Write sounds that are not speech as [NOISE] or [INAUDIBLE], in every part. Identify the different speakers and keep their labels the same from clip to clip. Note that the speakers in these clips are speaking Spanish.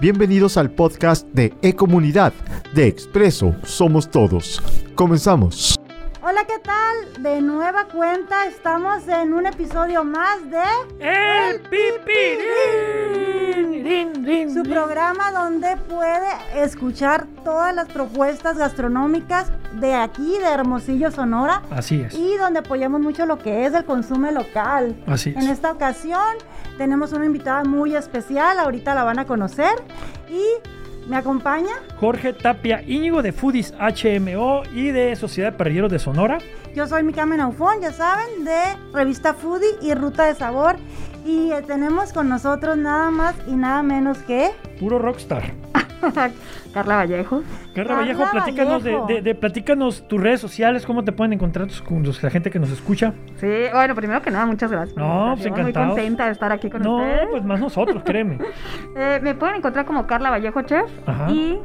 Speaker 1: Bienvenidos al podcast de E-Comunidad de Expreso Somos Todos. Comenzamos.
Speaker 2: Hola, ¿qué tal? De nueva cuenta estamos en un episodio más de
Speaker 3: El pipirín. Rin, rin,
Speaker 2: su
Speaker 3: rin.
Speaker 2: programa donde puede escuchar todas las propuestas gastronómicas de aquí, de Hermosillo, Sonora,
Speaker 3: Así es.
Speaker 2: y donde apoyamos mucho lo que es el consumo local.
Speaker 3: Así
Speaker 2: En
Speaker 3: es.
Speaker 2: esta ocasión tenemos una invitada muy especial, ahorita la van a conocer y me acompaña.
Speaker 3: Jorge Tapia Íñigo de Foodies HMO y de Sociedad de Parrilleros de Sonora.
Speaker 2: Yo soy Mika Menaufón, ya saben, de revista Foodie y Ruta de Sabor. Y eh, tenemos con nosotros nada más y nada menos que
Speaker 3: Puro rockstar.
Speaker 2: [LAUGHS] Carla Vallejo.
Speaker 3: Carla Vallejo, platícanos, de,
Speaker 2: Vallejo.
Speaker 3: de- de- platícanos tus redes sociales, cómo te pueden encontrar tus- con los- la gente que nos escucha.
Speaker 4: Sí, bueno, primero que nada, muchas gracias. por la
Speaker 3: No, pues,
Speaker 4: invitación.
Speaker 3: encantados.
Speaker 4: Muy contenta de estar aquí con
Speaker 3: No,
Speaker 4: ustedes.
Speaker 3: pues más nosotros,
Speaker 2: [LAUGHS]
Speaker 3: créeme.
Speaker 4: Eh, me pueden encontrar como Carla Vallejo Chef
Speaker 3: Ajá.
Speaker 4: y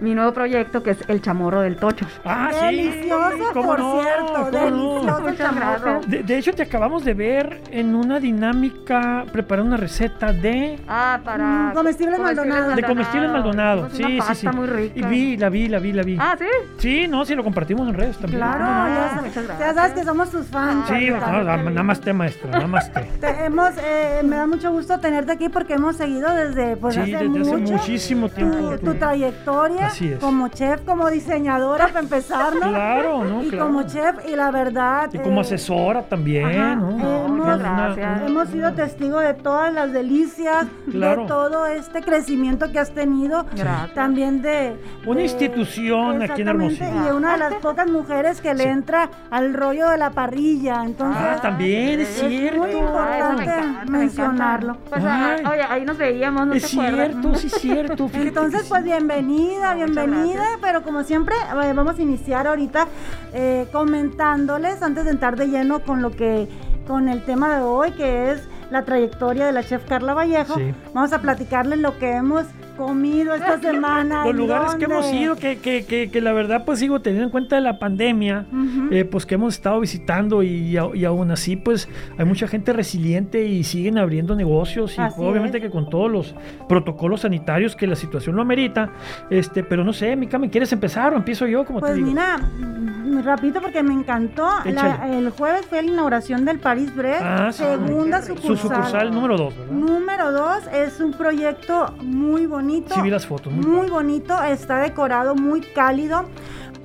Speaker 4: mi nuevo proyecto que es El Chamorro del Tocho.
Speaker 3: Ah, sí.
Speaker 2: Delicioso,
Speaker 3: cómo
Speaker 2: por
Speaker 3: no,
Speaker 2: cierto,
Speaker 3: cómo no.
Speaker 2: delicioso
Speaker 4: Muchas
Speaker 2: chamorro.
Speaker 4: gracias.
Speaker 3: De, de hecho, te acabamos de ver en una dinámica preparar una receta de
Speaker 4: Ah, para...
Speaker 2: Mm, comestibles Maldonado.
Speaker 3: De comestibles Maldonado,
Speaker 4: Hicimos
Speaker 3: sí,
Speaker 4: una
Speaker 3: sí, sí.
Speaker 4: pasta muy rica.
Speaker 3: Y vi, la vi, la vi, la vi.
Speaker 4: Ah, ¿sí?
Speaker 3: Sí, no, sí, lo compartimos en redes también.
Speaker 2: Claro,
Speaker 3: ¿Cómo
Speaker 4: Ah,
Speaker 2: ya,
Speaker 4: muchas
Speaker 2: sa- ya
Speaker 4: gracias.
Speaker 2: sabes que somos tus fans.
Speaker 3: no? Sí,
Speaker 2: Carlita.
Speaker 3: no, nada- nada más te, maestra, nada más te.
Speaker 2: Te hemos, eh, me da mucho gusto tenerte aquí porque hemos seguido desde, pues,
Speaker 3: Sí,
Speaker 2: hace
Speaker 3: desde hace
Speaker 2: mucho
Speaker 3: muchísimo tiempo.
Speaker 2: tu, tu trayectoria
Speaker 3: Así es.
Speaker 2: como chef, como diseñadora para empezar, ¿no?
Speaker 3: [LAUGHS] Claro, ¿no?
Speaker 2: y
Speaker 3: claro.
Speaker 2: como chef, y la verdad...
Speaker 3: Y como
Speaker 2: eh,
Speaker 3: asesora también,
Speaker 2: Ajá, eh,
Speaker 3: ¿no?
Speaker 2: hemos-
Speaker 3: Una-
Speaker 4: gracias.
Speaker 2: Hemos sido testigos de todas las delicias,
Speaker 3: Claro.
Speaker 2: de todo este crecimiento que has tenido,
Speaker 4: Gracias.
Speaker 2: también de...
Speaker 3: Una
Speaker 2: de-
Speaker 3: institución aquí en
Speaker 2: Exactamente,
Speaker 3: Hermosillo.
Speaker 2: Y una de las pocas mujeres que le
Speaker 3: Sí.
Speaker 2: entra al rollo de la parrilla, entonces...
Speaker 3: Ah, también es
Speaker 4: Es
Speaker 3: cierto.
Speaker 2: muy importante.
Speaker 4: Ah, eso me encanta, me
Speaker 2: mencionarlo.
Speaker 4: encanta. Pues, ah,
Speaker 3: Ay.
Speaker 4: oye, ahí nos veíamos, ¿no
Speaker 3: es
Speaker 4: te
Speaker 3: cierto,
Speaker 4: acuerdas? Mm.
Speaker 3: sí, es cierto. fíjate
Speaker 2: Entonces,
Speaker 3: que
Speaker 2: pues
Speaker 3: sí.
Speaker 2: bienvenida,
Speaker 4: Muchas
Speaker 2: bienvenida,
Speaker 4: gracias.
Speaker 2: pero como siempre eh, vamos a iniciar ahorita eh, comentándoles antes de entrar de lleno con lo que, con el tema de hoy que es la trayectoria de la chef Carla Vallejo.
Speaker 3: Sí.
Speaker 2: Vamos a platicarles lo que hemos comido
Speaker 4: [LAUGHS]
Speaker 2: esta semana.
Speaker 3: Los
Speaker 2: en
Speaker 3: lugares que
Speaker 2: dónde.
Speaker 3: hemos ido, que, que, que, que la verdad, pues sigo teniendo en cuenta de la pandemia,
Speaker 2: Ujú.
Speaker 3: eh, pues que hemos estado visitando y, au- y aún así pues hay mucha gente resiliente y siguen abriendo negocios y
Speaker 2: Así
Speaker 3: obviamente
Speaker 2: es.
Speaker 3: que con todos los protocolos sanitarios que la situación lo amerita, este, pero no sé, Mica, ¿me quieres empezar o empiezo yo como
Speaker 2: Pues
Speaker 3: te digo?
Speaker 2: mira, mm, rapidito porque me encantó. La-
Speaker 3: Échale.
Speaker 2: el jueves fue la inauguración del Paris Bread,
Speaker 3: Ah, sí.
Speaker 2: segunda
Speaker 4: Ay, qué rico.
Speaker 3: Su
Speaker 2: sucursal.
Speaker 3: sucursal número 2, ¿verdad?
Speaker 2: Número dos es un proyecto muy bonito.
Speaker 3: Sí vi las fotos, muy
Speaker 2: Muy,
Speaker 3: padre.
Speaker 2: bonito, está decorado, muy cálido,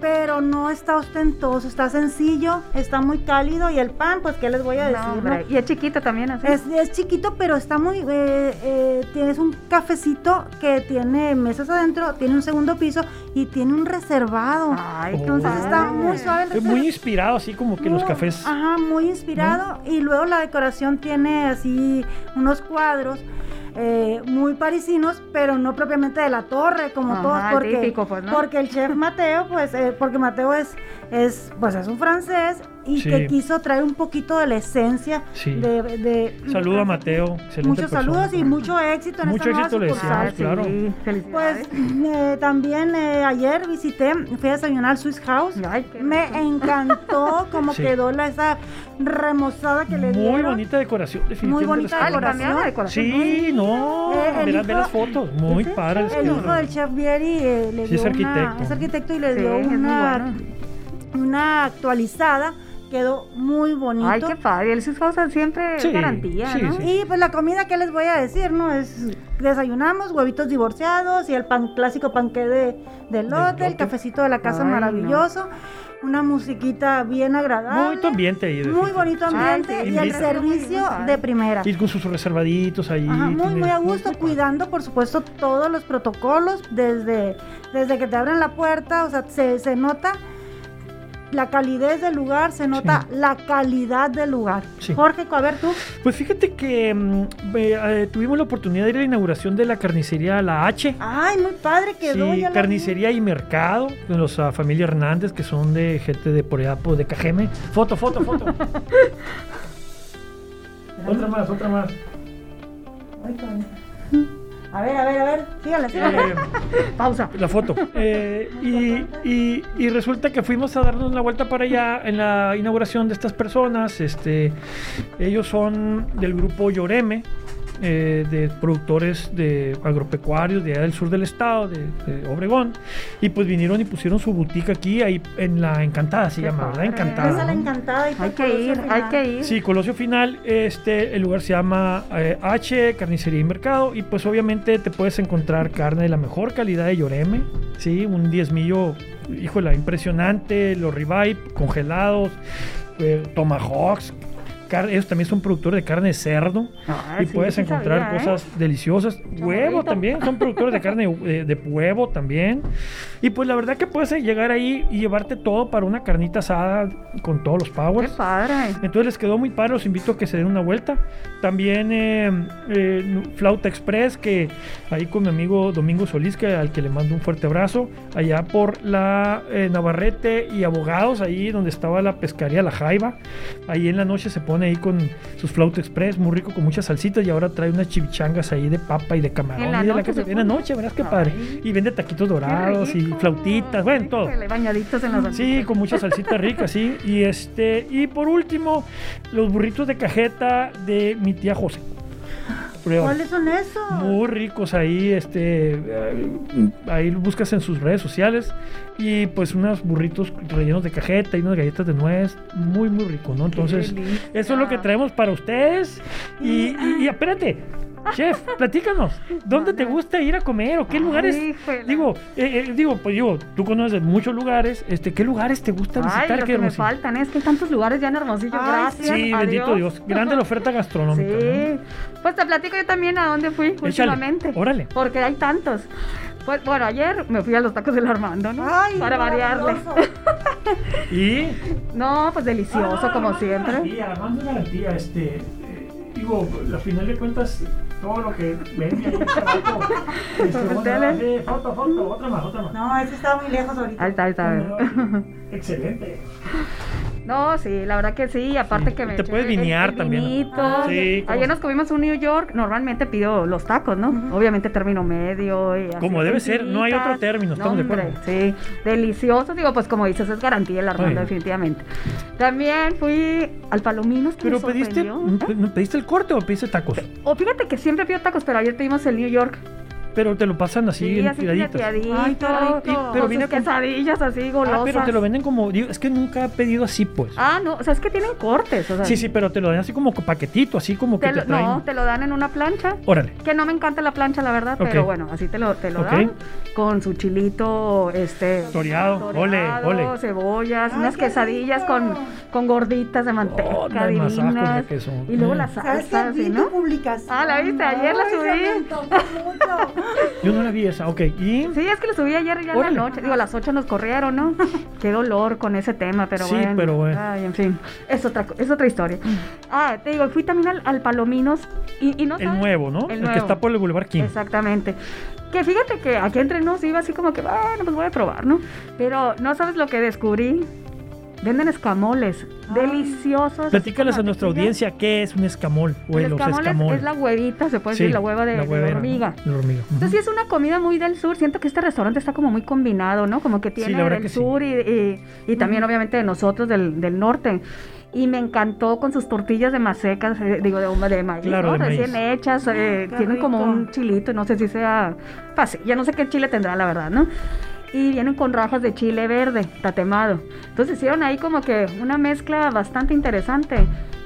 Speaker 2: pero no está ostentoso, está sencillo, está muy cálido y el pan, pues qué les voy a decir.
Speaker 4: No,
Speaker 2: no?
Speaker 4: hombre, Y es chiquito también, así.
Speaker 2: Es, es chiquito, pero está muy... eh, eh, tienes un cafecito que tiene mesas adentro, tiene un segundo piso y tiene un reservado.
Speaker 4: Ay, qué
Speaker 2: Entonces está
Speaker 4: padre.
Speaker 2: muy suave el
Speaker 3: Es
Speaker 2: reservado.
Speaker 3: muy inspirado, así como que los
Speaker 2: ¿eh? Muy- ah,
Speaker 3: cafés.
Speaker 2: Ajá, muy inspirado. Y luego la decoración tiene así unos cuadros eh, muy parisinos, pero no propiamente de la torre, como
Speaker 4: Ajá,
Speaker 2: todos, porque,
Speaker 4: típico, pues, ¿no?
Speaker 2: porque el chef Mateo, pues, eh, porque Mateo es, es, pues, es un francés y
Speaker 3: Sí.
Speaker 2: que quiso traer un poquito de la esencia
Speaker 3: Sí.
Speaker 2: de, de-
Speaker 3: Saludo a Mateo, excelente
Speaker 2: Muchos
Speaker 3: persona.
Speaker 2: saludos y mucho éxito en
Speaker 3: Mucho
Speaker 2: esta
Speaker 3: éxito le
Speaker 2: nueva sucursal.
Speaker 3: deseamos,
Speaker 4: Ah, sí,
Speaker 3: claro.
Speaker 4: felicidades.
Speaker 2: Pues eh, también eh, ayer visité, fui a desayunar al Swiss House.
Speaker 4: Ay, qué
Speaker 2: Me
Speaker 4: rico.
Speaker 2: encantó cómo
Speaker 3: Sí.
Speaker 2: quedó la, esa remozada que le dieron.
Speaker 3: Muy bonita decoración, definitivamente.
Speaker 2: Muy
Speaker 3: las
Speaker 2: bonita
Speaker 3: cosas.
Speaker 4: Ah, le cambiaron la decoración.
Speaker 3: Sí, no,
Speaker 2: Eh, el
Speaker 3: verás,
Speaker 2: hijo-
Speaker 3: verás las fotos, muy
Speaker 2: Ese-
Speaker 3: padre. les
Speaker 2: El
Speaker 3: quedó,
Speaker 2: hijo
Speaker 3: la
Speaker 2: del
Speaker 3: verdad.
Speaker 2: chef Vieri eh, le
Speaker 3: Sí, es
Speaker 2: dio una-
Speaker 3: arquitecto.
Speaker 2: es arquitecto y le
Speaker 4: Sí,
Speaker 2: dio
Speaker 4: es muy
Speaker 2: una,
Speaker 4: bueno.
Speaker 2: una actualizada. Quedó muy bonito.
Speaker 4: Ay, qué padre. El Sus House siempre es
Speaker 3: Sí,
Speaker 4: garantía,
Speaker 3: sí,
Speaker 4: ¿no?
Speaker 3: sí.
Speaker 2: Y pues la comida, ¿qué les voy a decir? no es Desayunamos, huevitos divorciados y el pan clásico panqué de, del lote,
Speaker 3: lote.
Speaker 2: el cafecito de la casa
Speaker 4: Ay,
Speaker 2: maravilloso, una musiquita bien agradable.
Speaker 3: Bonito ambiente ahí.
Speaker 2: Ah, Muy
Speaker 3: definitivamente.
Speaker 2: bonito ambiente
Speaker 4: Ay, Ah, sí,
Speaker 2: y el
Speaker 3: invita-
Speaker 2: servicio de primera.
Speaker 3: Ir con sus reservaditos ahí.
Speaker 2: Ajá, muy,
Speaker 3: tiene-
Speaker 2: muy a gusto, cuidando por supuesto todos los protocolos desde, desde que te abren la puerta, o sea, se, se nota la calidez del lugar, se nota la calidad del lugar.
Speaker 3: Sí.
Speaker 2: Jorge, a ver tú,
Speaker 3: Pues fíjate que mm, ve- eh, tuvimos la oportunidad de ir a la inauguración de la carnicería La H.
Speaker 2: ay, muy padre Ah, quedó.
Speaker 3: Sí,
Speaker 2: ya la vi.
Speaker 3: carnicería y mercado, con los ah, familia Hernández, que son de gente de por allá, pues, de Cajeme. Foto,
Speaker 2: [LAUGHS]
Speaker 3: foto, foto. otra más, otra más.
Speaker 2: Ay, cabrón. A ver, a ver, a ver, sígale, sígale.
Speaker 3: Eh,
Speaker 4: Pausa.
Speaker 3: la foto. Eh, y, y- y resulta que fuimos a darnos una vuelta para allá en la inauguración de estas personas. Este, ellos son del grupo Lloreme. eh, de productores de agropecuarios de allá del sur del estado, de, de Obregón, y pues vinieron y pusieron su boutique aquí, ahí en la Encantada se
Speaker 4: Qué
Speaker 3: llama, ¿verdad?
Speaker 4: padre.
Speaker 3: Encantada.
Speaker 2: Esa la
Speaker 3: ¿no?
Speaker 2: encantada. y
Speaker 4: Hay
Speaker 2: por
Speaker 4: que
Speaker 2: eso
Speaker 4: ir,
Speaker 2: al
Speaker 4: hay
Speaker 2: final.
Speaker 4: que ir.
Speaker 3: Sí, Colosio Final, este, el lugar se llama eh, H, Carnicería y Mercado, y pues obviamente te puedes encontrar carne de la mejor calidad de Lloreme, sí, un diezmillo, híjola, impresionante, los ribeye congelados, eh, tomahawks, car- ellos también son productores de carne de cerdo,
Speaker 4: Ah,
Speaker 3: y
Speaker 4: sí,
Speaker 3: puedes
Speaker 4: sí
Speaker 3: encontrar
Speaker 4: sabía, ¿eh?
Speaker 3: cosas deliciosas. Huevo también, son productores de carne de, de huevo también. Y pues la verdad que puedes llegar ahí y llevarte todo para una carnita asada con todos los
Speaker 4: Qué
Speaker 3: powers.
Speaker 4: padre.
Speaker 3: Entonces les quedó muy padre, los invito a que se den una vuelta. También eh, eh, Flauta Express, que ahí con mi amigo Domingo Solís, que, al que le mando un fuerte abrazo, allá por la eh, Navarrete y Abogados, ahí donde estaba la pescaría La Jaiba. Ahí en la noche se pone ahí con sus Flauta Express, muy rico, con muchas salsitas, y ahora trae unas chivichangas ahí de papa y de camarón.
Speaker 4: En la
Speaker 3: y de
Speaker 4: noche
Speaker 3: que
Speaker 4: se
Speaker 3: se- en la
Speaker 4: pone.
Speaker 3: noche, verás qué padre.
Speaker 4: Ay.
Speaker 3: Y vende taquitos
Speaker 4: Qué
Speaker 3: dorados y
Speaker 4: rico.
Speaker 3: flautitas, bueno, todo.
Speaker 4: Híjole, Bañaditos en las
Speaker 3: Sí, con mucha salsita rica, sí. Y este, y por último, los burritos de cajeta de mi tía José. Prueba.
Speaker 2: ¿Cuáles son esos?
Speaker 3: Muy ricos ahí, este, eh, ahí lo buscas en sus redes sociales y pues unos burritos rellenos de cajeta y unas galletas de nuez, muy muy rico, ¿no? Entonces,
Speaker 4: delicia.
Speaker 3: eso es lo que traemos para ustedes y,
Speaker 4: Ah.
Speaker 3: y, y espérate, chef, platícanos, ¿dónde te gusta ir a comer o qué
Speaker 4: Ay,
Speaker 3: lugares?
Speaker 4: híjole.
Speaker 3: Digo, eh, eh, digo, pues digo, tú conoces muchos lugares, este, ¿qué lugares te gusta
Speaker 4: Ay,
Speaker 3: visitar?
Speaker 4: lo
Speaker 3: qué
Speaker 4: que me
Speaker 3: hermosillo?
Speaker 4: faltan es que hay tantos lugares ya en Hermosillo.
Speaker 2: Ay,
Speaker 4: gracias.
Speaker 3: sí,
Speaker 4: a
Speaker 3: bendito Dios, grande
Speaker 4: [LAUGHS]
Speaker 3: la oferta gastronómica. ¿no?
Speaker 4: Sí. Pues te platico yo también a dónde fui últimamente.
Speaker 3: órale.
Speaker 4: Porque hay tantos. Pues bueno, ayer me fui a los tacos del Armando, ¿no?
Speaker 2: Ay,
Speaker 4: Para variarle.
Speaker 2: maravilloso.
Speaker 3: Y
Speaker 4: No, pues delicioso
Speaker 3: Ah,
Speaker 4: como
Speaker 3: además de
Speaker 4: siempre.
Speaker 3: garantía, además de garantía, este, eh, digo, al final de cuentas, todo lo que vende aquí este
Speaker 4: [LAUGHS]
Speaker 3: vato, este,
Speaker 4: Pues,
Speaker 3: bueno,
Speaker 4: dele.
Speaker 3: hace foto, foto, otra más, otra más.
Speaker 2: No, ese estaba muy lejos ahorita.
Speaker 4: Ahí está, ahí está.
Speaker 3: Excelente.
Speaker 4: No, sí, la verdad que sí. Aparte
Speaker 3: Sí,
Speaker 4: que
Speaker 3: y
Speaker 4: me.
Speaker 3: te
Speaker 4: eché
Speaker 3: puedes
Speaker 4: el-
Speaker 3: vinear
Speaker 4: el
Speaker 3: también, ¿no?
Speaker 4: vinito.
Speaker 3: Sí, ¿cómo
Speaker 4: Ayer
Speaker 3: no?
Speaker 4: nos comimos un New York. Normalmente pido los tacos, ¿no? Obviamente término medio. y así,
Speaker 3: Como debe ser, no hay otro
Speaker 4: tortillitas.
Speaker 3: término, estamos de
Speaker 4: Hombre,
Speaker 3: acuerdo.
Speaker 4: Sí, delicioso. Digo, pues como dices, es garantía el Armando,
Speaker 3: Ay.
Speaker 4: definitivamente. También fui al Palominos. Que
Speaker 3: Pero
Speaker 4: me
Speaker 3: pediste,
Speaker 4: sorprendió.
Speaker 3: ¿no pediste el corte o pediste tacos?
Speaker 4: O fíjate que siempre pido tacos, pero ayer pedimos el New York.
Speaker 3: Pero te lo pasan así en tiraditas.
Speaker 2: Ay, qué rico.
Speaker 4: Y-
Speaker 3: Pero viene
Speaker 4: pero viene
Speaker 3: con-
Speaker 4: quesadillas así, golosas.
Speaker 3: Ah, pero te lo venden como, digo, es que nunca he pedido así, pues.
Speaker 4: Ah, no, o sea, es que tienen cortes. O sea,
Speaker 3: Sí, sí, pero te lo dan así como paquetito, así como que
Speaker 4: te
Speaker 3: te
Speaker 4: lo- no,
Speaker 3: traen.
Speaker 4: te lo dan en una plancha.
Speaker 3: Órale.
Speaker 4: Que no me encanta la plancha, la verdad,
Speaker 3: Ok.
Speaker 4: pero bueno, así te lo, te lo
Speaker 3: Ok.
Speaker 4: dan. Con su chilito, este...
Speaker 3: Toreado,
Speaker 4: toreado,
Speaker 3: ole, ole.
Speaker 4: cebollas,
Speaker 2: Ay,
Speaker 4: unas
Speaker 2: qué
Speaker 4: quesadillas
Speaker 2: rico.
Speaker 4: con, con gorditas de manteca
Speaker 3: Oh, no hay más asco
Speaker 4: divinas.
Speaker 3: de queso.
Speaker 4: Y luego
Speaker 3: Mm.
Speaker 4: la
Speaker 2: ¿Sabes qué?
Speaker 4: salsa,
Speaker 2: Vi
Speaker 4: así,
Speaker 2: tu
Speaker 4: ¿no?
Speaker 2: publicación.
Speaker 4: Ah, la viste, ayer la
Speaker 2: Ay, se me
Speaker 4: subí.
Speaker 2: antojó [LAUGHS] mucho.
Speaker 3: Yo no la vi esa, ok. Y...
Speaker 4: Sí, es que lo subí ayer ya en la
Speaker 3: Órale.
Speaker 4: noche. Digo, a las 8 nos
Speaker 3: [LAUGHS]
Speaker 4: corrieron, ¿no? Qué dolor con ese tema, pero
Speaker 3: Sí,
Speaker 4: bueno.
Speaker 3: pero bueno. Mm.
Speaker 4: Ay, en fin. Es otra, co- es otra historia. Ah, te digo, fui también al, al Palominos y, y no
Speaker 3: El
Speaker 4: sabes-
Speaker 3: nuevo, ¿no?
Speaker 4: El
Speaker 3: El,
Speaker 4: nuevo.
Speaker 3: que está por el Boulevard King.
Speaker 4: Exactamente. Que fíjate que aquí entre nos iba así como que, bueno, pues voy a probar, ¿no? Pero no sabes lo que descubrí. Venden escamoles, deliciosos.
Speaker 3: Ah. Platícales a
Speaker 4: con
Speaker 3: nuestra
Speaker 4: mantequilla.
Speaker 3: audiencia qué es un escamol o
Speaker 4: El
Speaker 3: los
Speaker 4: escamol es-
Speaker 3: escamoles.
Speaker 4: es la huevita, se puede
Speaker 3: Sí,
Speaker 4: decir, la hueva de, de
Speaker 3: huevera, ¿no?
Speaker 4: hormiga.
Speaker 3: De la hormiga. ujú.
Speaker 4: Entonces sí es una comida muy del sur. Siento que este restaurante está como muy combinado, ¿no? Como que tiene
Speaker 3: la verdad
Speaker 4: del
Speaker 3: que sí.
Speaker 4: sur y, y- y también obviamente de nosotros del, del norte. Y me encantó con sus tortillas de masecas, eh, digo, de, de maíz,
Speaker 3: Claro,
Speaker 4: ¿no?
Speaker 3: de maíz.
Speaker 4: Recién hechas. eh,
Speaker 2: Ah, qué
Speaker 4: tienen como
Speaker 2: rico.
Speaker 4: un chilito, no sé si sea... Pase, ya no sé qué chile tendrá, la verdad, ¿no? Y vienen con rajas de chile verde, tatemado. Entonces hicieron ahí como que una mezcla bastante interesante.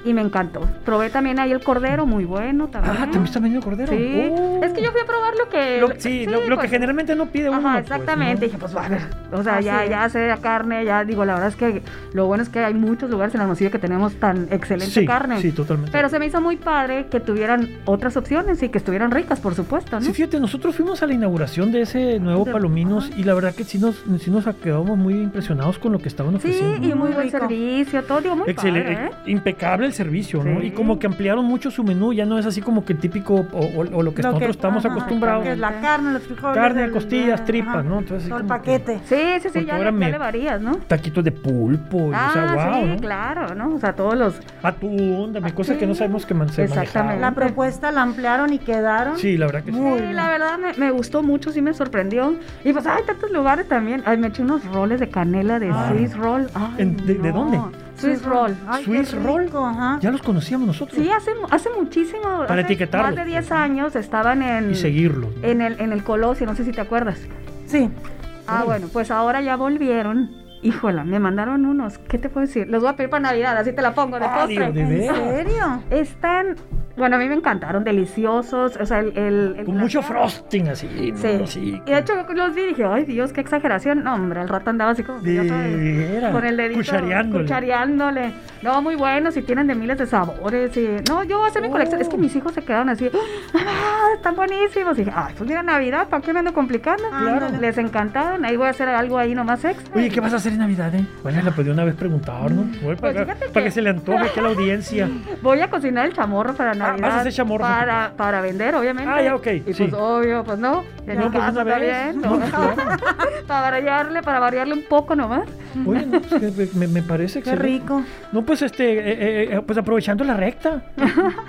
Speaker 4: Y me encantó. Probé también ahí el cordero, muy bueno también.
Speaker 3: Ah, también está vendiendo cordero.
Speaker 4: Sí,
Speaker 3: Oh.
Speaker 4: es que yo fui a probar lo que...
Speaker 3: Lo- sí, lo, lo que
Speaker 4: pues,
Speaker 3: generalmente no pide uno.
Speaker 4: Ajá,
Speaker 3: pues, ¿no?
Speaker 4: exactamente. Dije, pues va a ver. O sea,
Speaker 2: Así
Speaker 4: ya,
Speaker 2: es.
Speaker 4: ya sé la carne, ya digo, la verdad es que lo bueno es que hay muchos lugares en Hermosillo que tenemos tan excelente
Speaker 3: Sí,
Speaker 4: carne.
Speaker 3: sí, totalmente.
Speaker 4: Pero se me hizo muy padre que tuvieran otras opciones y que estuvieran ricas, por supuesto, ¿no?
Speaker 3: Sí, fíjate, nosotros fuimos a la inauguración de ese nuevo
Speaker 4: De-
Speaker 3: Palominos y la verdad que sí nos, sí nos quedamos muy impresionados con lo que estaban
Speaker 4: Sí,
Speaker 3: ofreciendo.
Speaker 4: y muy
Speaker 2: Muy
Speaker 4: buen
Speaker 2: rico.
Speaker 4: servicio, todo, digo, muy
Speaker 3: Excelente,
Speaker 4: padre, ¿eh?
Speaker 3: impecable el servicio, ¿no?
Speaker 4: Sí.
Speaker 3: Y como que ampliaron mucho su menú, ya no es así como que el típico o, o- o lo que
Speaker 2: Lo
Speaker 3: nosotros
Speaker 2: que-
Speaker 3: estamos
Speaker 2: ajá,
Speaker 3: acostumbrados.
Speaker 2: Que es la carne, los frijoles.
Speaker 3: Carne,
Speaker 2: el-
Speaker 3: costillas,
Speaker 2: ajá,
Speaker 3: tripas, ¿no? Entonces, así
Speaker 2: Todo el
Speaker 3: como que-
Speaker 2: paquete.
Speaker 4: Sí, sí, sí,
Speaker 3: Porque
Speaker 4: ya,
Speaker 3: ahora
Speaker 4: le-
Speaker 3: me-
Speaker 4: ya le varías, ¿no?
Speaker 3: Taquitos de pulpo, y,
Speaker 4: ah,
Speaker 3: o sea, wow,
Speaker 4: sí,
Speaker 3: ¿no?
Speaker 4: claro, ¿no? O sea, todos los...
Speaker 3: Atún, también
Speaker 4: Ah,
Speaker 3: cosas que no
Speaker 4: sí.
Speaker 3: sabemos que man- se
Speaker 4: Exactamente.
Speaker 3: manejaban.
Speaker 2: La propuesta la ampliaron y quedaron.
Speaker 3: Sí, la verdad que sí.
Speaker 2: Muy
Speaker 4: Sí,
Speaker 2: bien.
Speaker 4: la verdad me, me gustó mucho, sí me sorprendió. Y pues hay tantos lugares también. Ay, me eché unos roles de canela de
Speaker 3: Ah.
Speaker 4: Swiss roll. Ay,
Speaker 3: ¿En- de- de
Speaker 4: no.
Speaker 3: dónde?
Speaker 4: Swiss roll.
Speaker 2: Ay, qué
Speaker 3: Swiss roll.
Speaker 2: rico, ajá.
Speaker 3: Ya los conocíamos nosotros.
Speaker 4: Sí, hace, hace muchísimo. hace
Speaker 3: etiquetarlos.
Speaker 4: Más de 10 años estaban en.
Speaker 3: Y seguirlos. ¿no?
Speaker 4: En el, en el Colosio, no sé si te acuerdas.
Speaker 2: Sí.
Speaker 4: Ah, bueno, pues ahora ya volvieron. Híjola, me mandaron unos. ¿Qué te puedo decir? Los voy a pedir para Navidad, así te la pongo de
Speaker 3: Ah,
Speaker 4: postre.
Speaker 3: Dios, de
Speaker 2: ¿En
Speaker 3: veras.
Speaker 2: serio?
Speaker 4: Están, bueno, a mí me encantaron, deliciosos. O sea, el. el- el
Speaker 3: Con mucho
Speaker 4: plateado.
Speaker 3: frosting así. ¿no?
Speaker 4: Sí.
Speaker 3: Así,
Speaker 4: Y de hecho yo los vi y dije, ay Dios, qué exageración. No, hombre, al rato andaba así como que ya sabes,
Speaker 3: De veras,
Speaker 4: con el dedito.
Speaker 3: cuchareándole.
Speaker 4: cuchareándole. No, muy buenos y tienen de miles de sabores. y- No, yo voy a hacer mi colección.
Speaker 3: Oh.
Speaker 4: Es que mis hijos se quedaron así, "Ah, mamá, están buenísimos. Y dije, ay, pues mira Navidad, ¿para qué me ando complicando?
Speaker 2: Claro.
Speaker 4: Les encantaron, ahí voy a hacer algo ahí nomás extra.
Speaker 3: Oye, ¿qué vas a hacer en Navidad, eh? Bueno, la podía una vez preguntar, ¿no? Voy para, acá,
Speaker 4: Mm. Pues
Speaker 3: para
Speaker 4: fíjate
Speaker 3: que...
Speaker 4: que- Mm.
Speaker 3: se le antoje aquí a la audiencia.
Speaker 4: Voy a cocinar el chamorro para
Speaker 3: Ah, vas a
Speaker 4: Navidad.
Speaker 3: hacer chamorro.
Speaker 4: Para, para vender, obviamente.
Speaker 3: Ah, ya, ok,
Speaker 4: Y
Speaker 3: sí.
Speaker 4: pues, obvio, pues no. En
Speaker 3: No, pues,
Speaker 4: mi
Speaker 3: una
Speaker 4: casa está
Speaker 3: vez.
Speaker 4: bien,
Speaker 3: No,
Speaker 4: ¿no? [LAUGHS]
Speaker 3: claro.
Speaker 4: para variarle, para variarle un poco nomás.
Speaker 3: Oye, no, pues, que me, me parece que.
Speaker 2: Qué rico.
Speaker 3: No, pues este, eh, eh, eh, pues aprovechando la recta.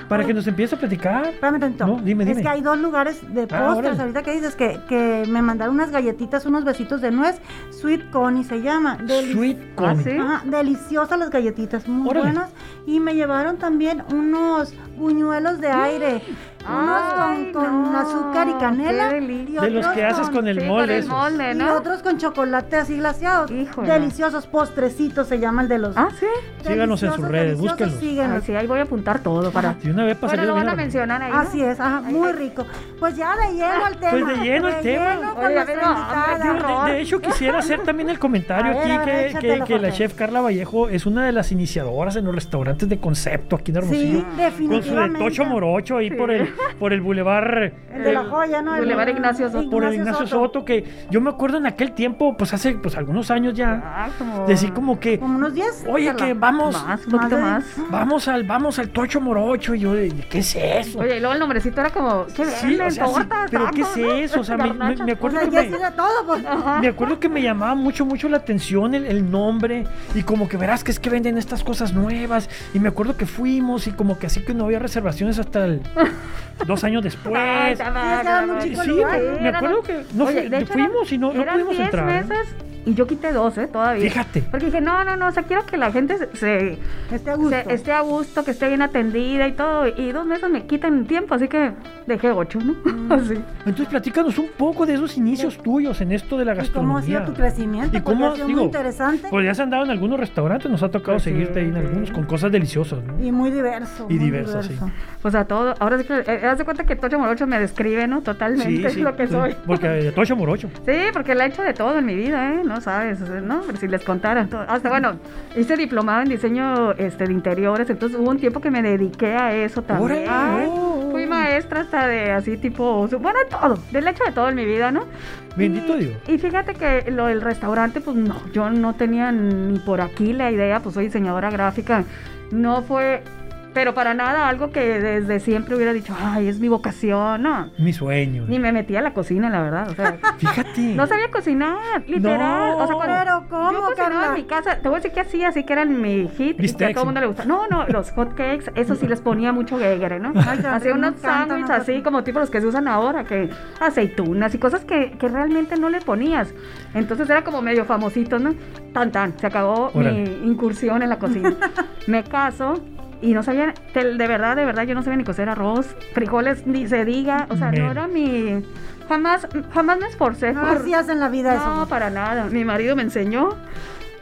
Speaker 3: para que nos empiece a platicar.
Speaker 2: Espérame tantito.
Speaker 3: No, dime,
Speaker 2: Es
Speaker 3: dime.
Speaker 2: que hay dos lugares de
Speaker 3: Ah,
Speaker 2: postres.
Speaker 3: órale.
Speaker 2: Ahorita que dices que, que me mandaron unas galletitas, unos besitos de nuez. Sweet Connie se llama. Deli-
Speaker 3: Sweet
Speaker 4: Ah,
Speaker 3: Connie.
Speaker 4: sí.
Speaker 2: Ajá, deliciosas las galletitas, muy
Speaker 3: Órale.
Speaker 2: buenas. Y me llevaron también unos buñuelos de aire.
Speaker 4: Ay,
Speaker 2: unos con, con
Speaker 4: no,
Speaker 2: azúcar y canela.
Speaker 4: qué delicia.
Speaker 2: y
Speaker 3: De los
Speaker 2: otros
Speaker 3: que haces con el
Speaker 4: Sí,
Speaker 3: molde.
Speaker 4: con el
Speaker 3: esos.
Speaker 4: molde,
Speaker 2: Y
Speaker 4: ¿no?
Speaker 2: otros con chocolate así glaseado.
Speaker 4: Híjole.
Speaker 2: Deliciosos postrecitos se llama el de los.
Speaker 4: Ah, sí.
Speaker 3: Síganos en sus
Speaker 2: deliciosos,
Speaker 3: redes,
Speaker 2: deliciosos,
Speaker 3: búsquenlos.
Speaker 4: Ay,
Speaker 2: síguenos.
Speaker 4: sí, ahí voy a apuntar todo para.
Speaker 3: Y una vez pasé
Speaker 4: Bueno, lo van a mencionar ahí. ¿no?
Speaker 2: Así es, ajá, muy rico. Pues ya de lleno al tema.
Speaker 3: pues de lleno al tema.
Speaker 2: lleno con
Speaker 4: Oye,
Speaker 2: nuestra
Speaker 4: pero,
Speaker 2: invitada.
Speaker 4: Ah, hombre,
Speaker 3: Digo, de, de hecho, quisiera hacer también el comentario
Speaker 2: A ver,
Speaker 3: aquí
Speaker 2: a ver,
Speaker 3: que- que,
Speaker 2: échatelo,
Speaker 3: que la
Speaker 2: Jorge.
Speaker 3: chef Carla Vallejo es una de las iniciadoras en los restaurantes de concepto aquí en Hermosillo.
Speaker 2: Sí,
Speaker 3: con su de
Speaker 2: definitivamente.
Speaker 3: Tocho Morocho ahí por el por el bulevar
Speaker 2: El de la joya, ¿no? El-
Speaker 4: Boulevard Ignacio Soto.
Speaker 3: por el Ignacio Soto que yo me acuerdo en aquel tiempo pues hace pues algunos años ya
Speaker 4: Ah, como.
Speaker 3: decir como que
Speaker 2: Como unos 10.
Speaker 3: oye que vamos
Speaker 4: Más, un poquito
Speaker 2: Más
Speaker 4: más.
Speaker 3: vamos al vamos al Tocho Morocho y yo de, qué es eso
Speaker 4: Oye, y luego el nombrecito era como. ¿Qué
Speaker 3: Sí, o
Speaker 4: venden?
Speaker 3: sea, sí,
Speaker 4: Tortas,
Speaker 3: pero ¿qué
Speaker 4: tacos,
Speaker 3: es eso? O sea, me- me- me
Speaker 4: garnachas. [LAUGHS]
Speaker 2: O
Speaker 3: acuerdo-
Speaker 2: sea, ya sí de todo, pues.
Speaker 3: Me acuerdo que me llamaba mucho, mucho la atención el, el nombre y como que verás que es que venden estas cosas nuevas y me acuerdo que fuimos y como que así que no había reservaciones hasta
Speaker 4: [LAUGHS]
Speaker 3: el- dos años después.
Speaker 4: Ay, está mal,
Speaker 2: estaba
Speaker 4: está
Speaker 2: muy
Speaker 4: mal.
Speaker 3: Sí,
Speaker 2: chico el
Speaker 3: sí,
Speaker 2: lugar,
Speaker 3: me,
Speaker 2: ¿no?
Speaker 3: me
Speaker 4: Eran-
Speaker 3: acuerdo que no
Speaker 4: Oye,
Speaker 3: fui-
Speaker 4: de hecho,
Speaker 3: fuimos
Speaker 4: eran-
Speaker 3: y no, no
Speaker 4: eran
Speaker 3: pudimos
Speaker 4: 10
Speaker 3: entrar. ¿eh?
Speaker 4: meses y yo quité 12 todavía.
Speaker 3: Fíjate.
Speaker 4: Porque dije, no, no, no, o sea, quiero que la gente se, se-
Speaker 2: Este a gusto.
Speaker 4: se- esté a gusto, que esté bien atendida y todo. Y dos meses me quitan tiempo, así que dejé 8, ¿no?
Speaker 3: Mm.
Speaker 4: [LAUGHS] Así.
Speaker 3: Entonces platícanos un poco de esos inicios tuyos en esto de la
Speaker 2: ¿Y cómo ha
Speaker 3: gastronomía.
Speaker 2: sido tu crecimiento?
Speaker 3: ¿Y
Speaker 4: Pues
Speaker 2: Porque
Speaker 3: cómo,
Speaker 2: ha sido
Speaker 3: digo, pues
Speaker 2: muy interesante
Speaker 3: Podrías andar en algunos restaurantes, nos ha tocado
Speaker 4: Pues sí,
Speaker 3: seguirte ahí en
Speaker 4: sí.
Speaker 3: algunos con cosas deliciosas, ¿no?
Speaker 2: y muy diverso.
Speaker 3: Y
Speaker 2: muy
Speaker 3: diverso, sí.
Speaker 4: O sea, todo. Ahora sí que. eh, haz de cuenta que Tocho Morocho me describe, ¿no? Totalmente [LAUGHS] lo que
Speaker 3: sí,
Speaker 4: soy.
Speaker 3: Porque de Tocho Morocho.
Speaker 4: Sí, porque la he hecho de todo en mi vida, ¿eh? No sabes, o sea, no, hombre, si les contara. todo. Hasta bueno, hice diplomado en diseño este, de interiores, entonces hubo un tiempo que me dediqué a eso también.
Speaker 3: Órale.
Speaker 4: Ay,
Speaker 3: Oh.
Speaker 4: Fui maestra hasta de así tipo, bueno, de todo, del hecho de todo en mi vida, ¿no?
Speaker 3: Bendito
Speaker 4: Y-
Speaker 3: Dios.
Speaker 4: Y fíjate que lo del restaurante, pues no, yo no tenía ni por aquí la idea, pues soy diseñadora gráfica, no fue, pero para nada algo que desde siempre hubiera dicho, ay, es mi vocación, no.
Speaker 3: Mi sueño.
Speaker 4: Ni me metí a la cocina, la verdad, o sea.
Speaker 3: Fíjate.
Speaker 4: [LAUGHS] No sabía cocinar, literal. o sea, cuando
Speaker 2: Pero, ¿cómo,
Speaker 4: yo cocinaba
Speaker 2: Carla?
Speaker 4: en mi casa, te voy a decir que hacía, así que eran mi hit y que a
Speaker 3: Bistecs.
Speaker 4: todo el mundo le gusta. No, no, los hot cakes, eso sí les ponía mucho gegre, ¿no?
Speaker 2: Ay, qué
Speaker 4: Hacía
Speaker 2: rico, me
Speaker 4: unos
Speaker 2: encantan
Speaker 4: sándwiches
Speaker 2: los hot
Speaker 4: así
Speaker 2: cakes.
Speaker 4: como tipo los que se usan ahora, que aceitunas y cosas que, que realmente no le ponías. Entonces era como medio famosito, ¿no? Tan tan, se acabó mi
Speaker 3: Órale.
Speaker 4: incursión en
Speaker 2: [LAUGHS]
Speaker 4: la cocina. Me caso y no sabía, te- de verdad, de verdad, yo no sabía ni cocer arroz, frijoles, ni se diga, o sea,
Speaker 3: Men.
Speaker 4: no era mi... Jamás, jamás me esforcé
Speaker 2: No
Speaker 4: por-
Speaker 2: hacías en la vida
Speaker 4: no,
Speaker 2: eso.
Speaker 4: para nada. Mi marido me enseñó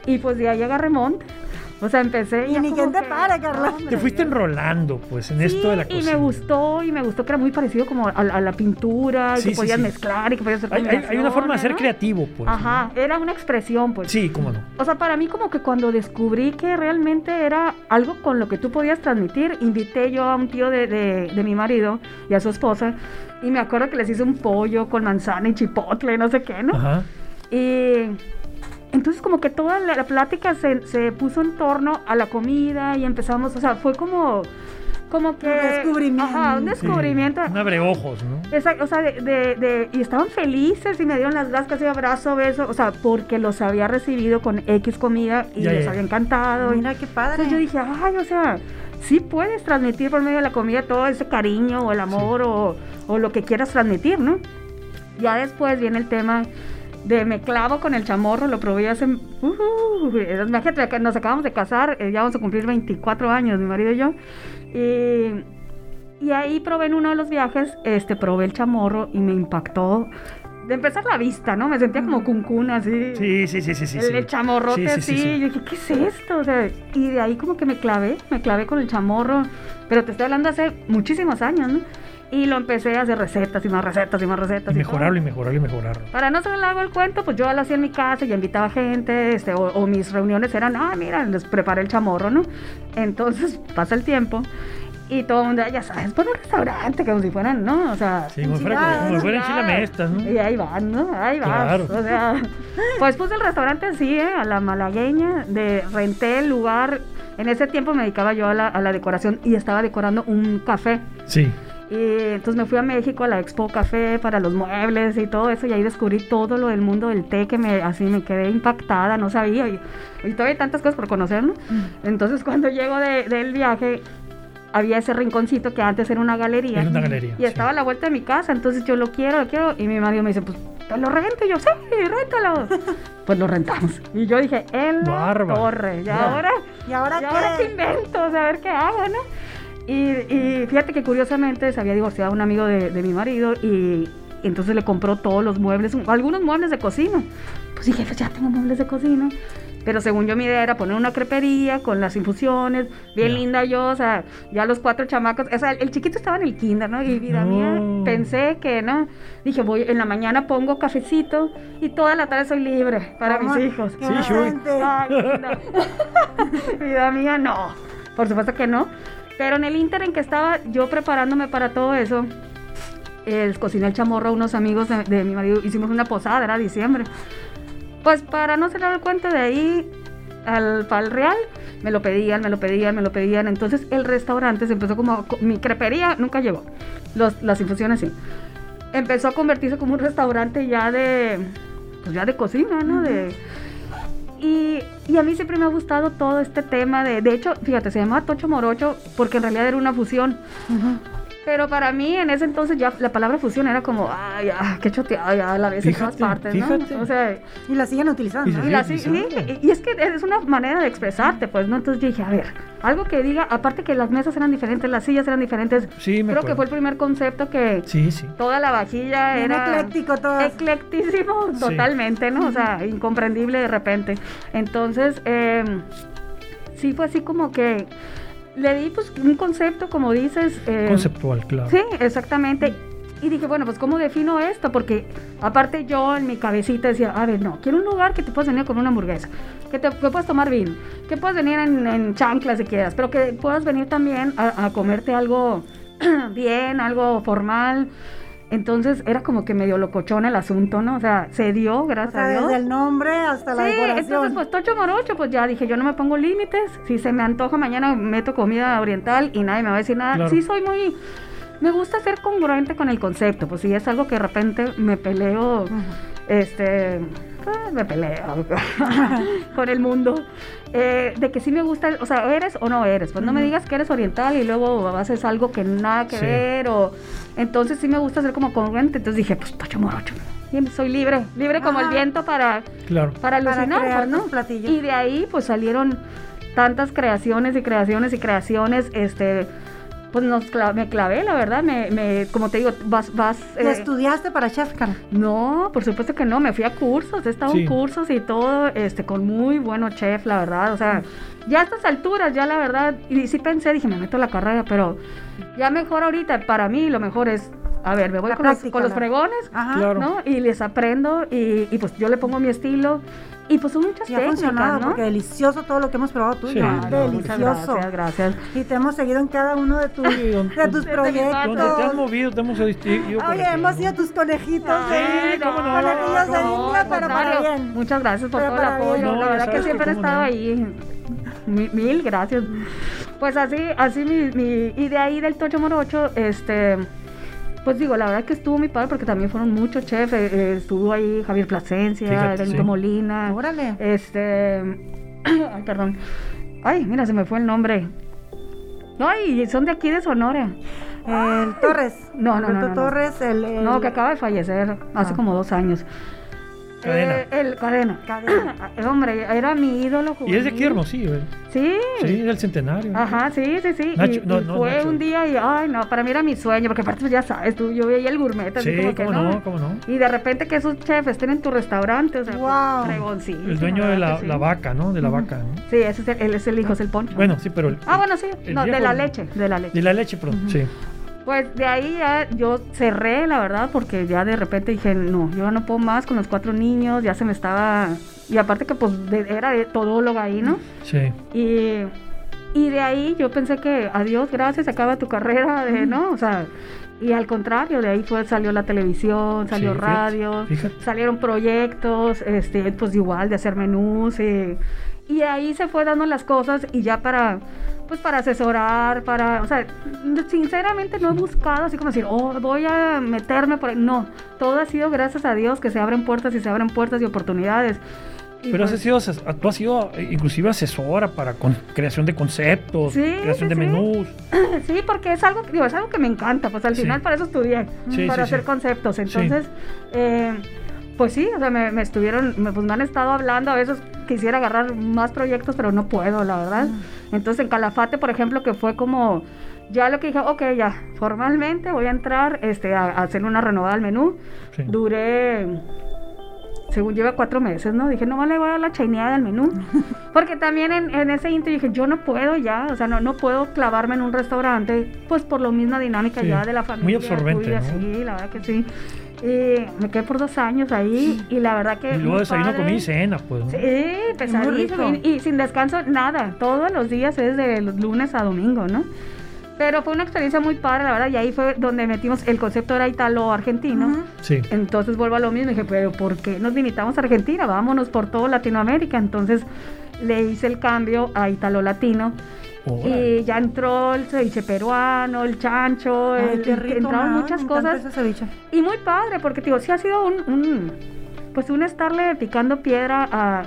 Speaker 4: y pues de ahí agarré monte. O sea, empecé.
Speaker 2: Y
Speaker 4: ya
Speaker 2: ni
Speaker 4: como
Speaker 2: quien te
Speaker 4: que-
Speaker 2: pare, Carla.
Speaker 4: No, hombre,
Speaker 3: Te fuiste
Speaker 4: yo-
Speaker 3: enrolando, pues, en
Speaker 4: Sí,
Speaker 3: esto de la cocina.
Speaker 4: Y me gustó, y me gustó que era muy parecido como a, a la pintura, y
Speaker 3: Sí,
Speaker 4: que
Speaker 3: sí,
Speaker 4: podías
Speaker 3: sí.
Speaker 4: mezclar y que podías hacer
Speaker 3: Hay, hay- hay una forma de ser
Speaker 4: combinaciones, ¿no?
Speaker 3: creativo, pues. ¿no?
Speaker 4: ¿eh? Ajá, era una expresión, pues.
Speaker 3: Sí, cómo no.
Speaker 4: O sea, para mí como que cuando descubrí que realmente era algo con lo que tú podías transmitir, invité yo a un tío de, de- de mi marido y a su esposa, y me acuerdo que les hice un pollo con manzana y chipotle, no sé qué, ¿no?
Speaker 3: Ajá.
Speaker 4: Y Eh, entonces como que toda la, la plática se, se puso en torno a la comida y empezamos, o sea, fue como, como que...
Speaker 2: Un descubrimiento.
Speaker 4: Ajá, un
Speaker 3: Sí.
Speaker 4: descubrimiento.
Speaker 3: Un abreojos, ¿no?
Speaker 4: Exacto, o sea, de, de- de- y estaban felices y me dieron las gracias y abrazo, beso, o sea, porque los había recibido con X comida y
Speaker 3: Ya,
Speaker 4: les
Speaker 3: ya.
Speaker 4: había encantado. y-
Speaker 2: Mira qué padre.
Speaker 4: entonces yo dije, ay, o sea, sí puedes transmitir por medio de la comida todo ese cariño o el amor o, o lo que quieras transmitir, ¿no? Ya después viene el tema de me clavo con el chamorro, lo probé hace... uh, imagínate que nos acabamos de casar, eh, ya vamos a cumplir 24 años, mi marido y yo. Y, y ahí probé en uno de los viajes, este, probé el chamorro y me impactó. De empezar la vista, ¿no? Me sentía como cuncuna, así.
Speaker 3: Sí, sí, sí, sí, sí.
Speaker 4: el,
Speaker 3: sí.
Speaker 4: el chamorrote
Speaker 3: Sí, sí,
Speaker 4: así.
Speaker 3: sí, sí.
Speaker 4: Yo dije, ¿qué es esto? O sea, y de ahí como que me clavé, me clavé con el chamorro. Pero te estoy hablando hace muchísimos años, ¿no? Y lo empecé a hacer recetas y más recetas y más recetas.
Speaker 3: Y
Speaker 4: y todo.
Speaker 3: mejorarlo y mejorarlo y mejorarlo.
Speaker 4: Para no se le hago el cuento, pues yo lo hacía en mi casa y invitaba gente, este, o, o mis reuniones eran, ah, mira, les preparé el chamorro, ¿no? Entonces pasa el tiempo y todo el mundo, "Ah, ya sabes, por un restaurante, como si fueran, ¿no? O sea,
Speaker 3: Sí, como fuera, como, como fuera enchilame estas, ¿no?
Speaker 4: y ahí van, ¿no? Ahí van.
Speaker 3: Claro.
Speaker 4: O sea, pues puse el restaurante así, ¿eh? A la malagueña, de renté el lugar. En ese tiempo me dedicaba yo a la, a la decoración y estaba decorando un café.
Speaker 3: Sí.
Speaker 4: Y entonces me fui a México a la Expo Café para los muebles y todo eso, y ahí descubrí todo lo del mundo del té que me, así me quedé impactada, no sabía, y, y todavía hay tantas cosas por conocer, ¿no?
Speaker 3: Mm.
Speaker 4: Entonces [LAUGHS] cuando llego de- del viaje, había ese rinconcito que antes era una galería.
Speaker 3: Era una galería,
Speaker 4: Y
Speaker 3: sí.
Speaker 4: estaba a la vuelta de mi casa, entonces yo lo quiero, lo quiero, y mi marido me dice, pues te lo rento, y yo, sí,
Speaker 3: [LAUGHS]
Speaker 4: réntalo. pues lo rentamos. Y yo dije, en la
Speaker 3: Bárbaro.
Speaker 4: torre, y
Speaker 3: Ya.
Speaker 4: ahora...
Speaker 2: ¿Y ahora
Speaker 4: ¿Y
Speaker 2: qué?
Speaker 4: ahora qué invento? O sea, a ver qué hago, ¿no? Y, y fíjate que curiosamente se había divorciado un amigo de, de mi marido y entonces le compró todos los muebles, un- algunos muebles de cocina. Pues dije, pues ya tengo muebles de cocina. Pero según yo mi idea era poner una crepería con las infusiones, bien
Speaker 3: Ya.
Speaker 4: linda yo, o sea, ya los cuatro chamacos, o sea, el, el chiquito estaba en el kinder, ¿no? Y vida
Speaker 3: No.
Speaker 4: mía, pensé que no, dije, voy, en la mañana pongo cafecito y toda la tarde soy libre para mis
Speaker 2: Ay,
Speaker 4: hijos.
Speaker 2: qué
Speaker 3: Sí, Shui.
Speaker 2: inocente.
Speaker 4: Ay, [LAUGHS] no. Vida mía, no. Por supuesto que no. Pero en el ínter en que estaba yo preparándome para todo eso, eh, cociné el chamorro a unos amigos de, de mi marido. Hicimos una posada, era diciembre. Pues para no cerrar el cuento de ahí al Pal Real, me lo pedían, me lo pedían, me lo pedían. Entonces el restaurante se empezó como. co- Mi crepería nunca llegó. Los, las infusiones sí empezó a convertirse como un restaurante ya de pues ya de cocina, ¿no? De y, y a mí siempre me ha gustado todo este tema de de hecho, fíjate, se llamaba Tocho Morocho porque en realidad era una fusión. Pero para mí en ese entonces ya la palabra fusión era como, ay, ya, qué choteado, ya la ves
Speaker 3: Fíjate,
Speaker 4: en todas partes, ¿no?
Speaker 3: fíjate.
Speaker 4: O sea,
Speaker 2: Y la siguen
Speaker 3: Y
Speaker 2: utilizando.
Speaker 3: se
Speaker 2: ¿eh?
Speaker 4: y, así-
Speaker 3: Sí,
Speaker 4: sí, y- y es que es una manera de expresarte, pues, ¿no? Entonces yo dije, a ver, algo que diga, aparte que las mesas eran diferentes, las sillas eran diferentes,
Speaker 3: Sí, me
Speaker 4: creo
Speaker 3: acuerdo.
Speaker 4: que fue el primer concepto que,
Speaker 3: Sí, sí.
Speaker 4: toda la vajilla
Speaker 2: Bien
Speaker 4: era
Speaker 2: ecléctico todo.
Speaker 4: eclectísimo
Speaker 3: Sí.
Speaker 4: totalmente, ¿no? O sea, incomprendible de repente. Entonces, eh, sí fue así como que le di pues un concepto, como dices. eh,
Speaker 3: Conceptual, claro.
Speaker 4: Sí, exactamente. Y dije, bueno, pues ¿cómo defino esto? Porque aparte yo en mi cabecita decía, a ver, no, quiero un lugar que te puedas venir con una hamburguesa, que te que puedas tomar vino, que puedas venir en, en chanclas si quieras, pero que puedas venir también a, a comerte algo [CLEARS THROAT] bien, algo formal. Entonces era como que medio locochón el asunto, ¿no? O sea, se dio,
Speaker 2: O
Speaker 4: gracias
Speaker 2: sea,
Speaker 4: a Dios.
Speaker 2: desde el nombre hasta la
Speaker 4: Sí, entonces
Speaker 2: decoración.
Speaker 4: pues tocho morocho, pues ya dije, yo no me pongo límites, si se me antoja mañana meto comida oriental y nadie me va a decir nada.
Speaker 3: Claro.
Speaker 4: Sí soy muy me gusta ser congruente con el concepto, pues si es algo que de repente me peleo este ah, me peleo [LAUGHS] con el mundo eh, de que sí me gusta, o sea, eres o no eres, pues no me digas que eres oriental y luego haces algo que nada que
Speaker 3: Sí.
Speaker 4: ver o entonces sí me gusta ser como congruente, entonces dije, pues tocho morocho. y Soy libre, libre como el
Speaker 2: Ajá.
Speaker 4: viento para
Speaker 3: Claro.
Speaker 4: para
Speaker 2: Para
Speaker 4: alucinar,
Speaker 2: crear
Speaker 4: pues, ¿no?
Speaker 2: tus platillos.
Speaker 4: Y de ahí pues salieron tantas creaciones y creaciones y creaciones, este pues nos cla- me clavé, la verdad, me, me como te digo, vas vas
Speaker 2: ¿La
Speaker 4: eh,
Speaker 2: estudiaste para chef, cara?
Speaker 4: no, por supuesto que no, me fui a cursos, he estado
Speaker 3: Sí.
Speaker 4: en cursos y todo, este, con muy buenos chef, la verdad, o sea, ya a estas alturas, ya la verdad, y sí pensé, dije, me meto a la carrera, pero ya mejor ahorita, para mí lo mejor es, a ver, me voy
Speaker 2: La
Speaker 4: con los,
Speaker 2: práctica,
Speaker 4: con los
Speaker 2: la-
Speaker 4: fregones,
Speaker 2: Ajá.
Speaker 3: Claro.
Speaker 4: ¿no? Y les aprendo y, y, pues yo le pongo mi estilo y pues son muchas
Speaker 2: Y ha
Speaker 4: técnicas,
Speaker 2: funcionado
Speaker 4: ¿no?
Speaker 2: porque delicioso todo lo que hemos probado tú.
Speaker 3: Sí,
Speaker 4: Ah, no, muchas
Speaker 2: delicioso.
Speaker 4: gracias, gracias.
Speaker 2: Y te hemos seguido en cada uno de, tus
Speaker 3: Sí, don-
Speaker 2: de tus
Speaker 4: Desde mi
Speaker 2: proyectos.
Speaker 3: Donde te has movido, te hemos ido
Speaker 2: Oye, hemos sido tus conejitos. de-
Speaker 4: Ay, no,
Speaker 3: cómo no,
Speaker 2: Conejillos de
Speaker 4: no,
Speaker 2: India, pero
Speaker 4: al
Speaker 2: para
Speaker 4: contrario.
Speaker 2: bien.
Speaker 4: Muchas gracias por
Speaker 2: Pero
Speaker 4: todo el
Speaker 2: para bien.
Speaker 4: apoyo.
Speaker 3: No,
Speaker 4: la
Speaker 3: ya
Speaker 4: verdad que
Speaker 3: sabes que
Speaker 4: siempre he
Speaker 3: cómo
Speaker 4: estado
Speaker 3: no.
Speaker 4: ahí. Mi- Mil, gracias. Pues así, así mi, mi- y de ahí del Tocho Morocho, este, pues digo, la verdad que estuvo mi padre porque también fueron muchos chefs, eh, eh, estuvo ahí Javier Plasencia,
Speaker 3: Fíjate,
Speaker 4: Benito
Speaker 3: sí.
Speaker 4: Molina,
Speaker 2: Órale.
Speaker 4: este, [CLEARS THROAT] ay, perdón, ay, mira, se me fue el nombre. Ay, son de aquí de Sonora.
Speaker 2: El Torres.
Speaker 4: No, no, no,
Speaker 2: Alberto
Speaker 4: no, no.
Speaker 2: Torres, el, el-
Speaker 4: No, que acaba de fallecer hace
Speaker 2: Ah.
Speaker 4: como dos años.
Speaker 3: Cadena.
Speaker 4: Eh, el cadena.
Speaker 2: Cadena.
Speaker 4: Eh, [CLEARS THROAT] hombre, era mi ídolo.
Speaker 3: Y es de aquí
Speaker 4: juvenil.
Speaker 3: Hermosillo, ¿eh?
Speaker 4: Sí.
Speaker 3: Sí, del centenario.
Speaker 4: Ajá, sí, sí, sí. Y-
Speaker 3: Nacho,
Speaker 4: y
Speaker 3: no, no,
Speaker 4: fue
Speaker 3: Nacho.
Speaker 4: un día y, ay, no, para mí era mi sueño, porque aparte, pues, ya sabes, tú, yo veía el gourmet. así
Speaker 3: Sí,
Speaker 4: como que,
Speaker 3: cómo
Speaker 4: no.
Speaker 3: no, cómo no.
Speaker 4: Y de repente que esos chefs tienen tu restaurante, o sea,
Speaker 2: Guau.
Speaker 4: fregoncísimo,
Speaker 3: El dueño de
Speaker 4: ¿verdad
Speaker 3: la,
Speaker 4: que sí?
Speaker 3: la vaca, ¿no? De la vaca. ¿no?
Speaker 4: Sí, ese es el, él es el hijo, es el poncho.
Speaker 3: Bueno, sí, pero. el-
Speaker 4: Ah, bueno, sí,
Speaker 3: el
Speaker 4: no, de
Speaker 3: viejo-
Speaker 4: la leche, de la leche.
Speaker 3: De la leche, perdón. Sí.
Speaker 4: Pues de ahí ya yo cerré, la verdad, porque ya de repente dije, no, yo no puedo más con los cuatro niños, ya se me estaba... Y aparte que pues de- era de todóloga ahí, ¿no?
Speaker 3: Sí.
Speaker 4: Y, y de ahí yo pensé que, adiós, gracias, acaba tu carrera, de, ¿no? O sea, y al contrario, de ahí fue, salió la televisión, salió
Speaker 3: Sí, fíjate,
Speaker 4: radio,
Speaker 3: fíjate.
Speaker 4: salieron proyectos, este, pues igual de hacer menús. eh, y ahí se fue dando las cosas y ya para, pues para asesorar, para, o sea, sinceramente no he buscado así como decir, oh, voy a meterme por ahí. No, todo ha sido gracias a Dios que se abren puertas y se abren puertas y oportunidades. Y
Speaker 3: Pero
Speaker 4: pues-
Speaker 3: has sido, ases- tú has sido eh, inclusive asesora para con- creación de conceptos,
Speaker 4: Sí,
Speaker 3: creación de
Speaker 4: sí, sí.
Speaker 3: menús.
Speaker 4: [CLEARS THROAT] Sí, porque es algo, que- digo, es algo que me encanta, pues al
Speaker 3: Sí.
Speaker 4: final para eso estudié, mm,
Speaker 3: Sí,
Speaker 4: para
Speaker 3: sí,
Speaker 4: hacer
Speaker 3: sí.
Speaker 4: conceptos.
Speaker 3: Sí.
Speaker 4: Entonces, eh, pues sí, o sea, me, me estuvieron, me, pues me han estado hablando, a veces quisiera agarrar más proyectos, pero no puedo, la verdad.
Speaker 3: Mm.
Speaker 4: Entonces en Calafate, por ejemplo, que fue como, ya lo que dije, ok, ya, formalmente voy a entrar este, a, a hacer una renovada al menú.
Speaker 3: Sí.
Speaker 4: Duré según lleva cuatro meses, ¿no? Dije, no le voy a dar la chaineada
Speaker 3: [LAUGHS]
Speaker 4: del menú. Porque también en, en ese intro dije, yo no puedo ya, o sea, no, no puedo clavarme en un restaurante, pues por la misma dinámica
Speaker 3: Sí,
Speaker 4: ya de la
Speaker 3: muy
Speaker 4: familia.
Speaker 3: absorbente,
Speaker 4: tuya,
Speaker 3: ¿no?
Speaker 4: Sí, la verdad que sí. Y me quedé por dos años ahí y la verdad que...
Speaker 3: Y luego
Speaker 4: mi
Speaker 3: desayuno,
Speaker 4: padre-
Speaker 3: comí y cena, pues. ¿no?
Speaker 4: Sí, pesadísimo.
Speaker 2: rico.
Speaker 4: Y, y sin descanso, nada. Todos los días es de lunes a domingo, ¿no? Pero fue una experiencia muy padre, la verdad, y ahí fue donde metimos el concepto era italo-argentino.
Speaker 2: Ujú.
Speaker 3: Sí.
Speaker 4: Entonces vuelvo a lo mismo, dije, pero ¿por qué nos limitamos a Argentina? Vámonos por todo Latinoamérica. Entonces le hice el cambio a Italo Latino.
Speaker 3: Órale.
Speaker 4: Y ya entró el ceviche peruano, el chancho,
Speaker 2: Ay,
Speaker 4: el-
Speaker 2: qué rico.
Speaker 4: entraron
Speaker 2: ma,
Speaker 4: muchas
Speaker 2: me encanta
Speaker 4: cosas.
Speaker 2: ese ceviche.
Speaker 4: Y muy padre, porque digo, sí ha sido un, un- pues un estarle picando piedra a,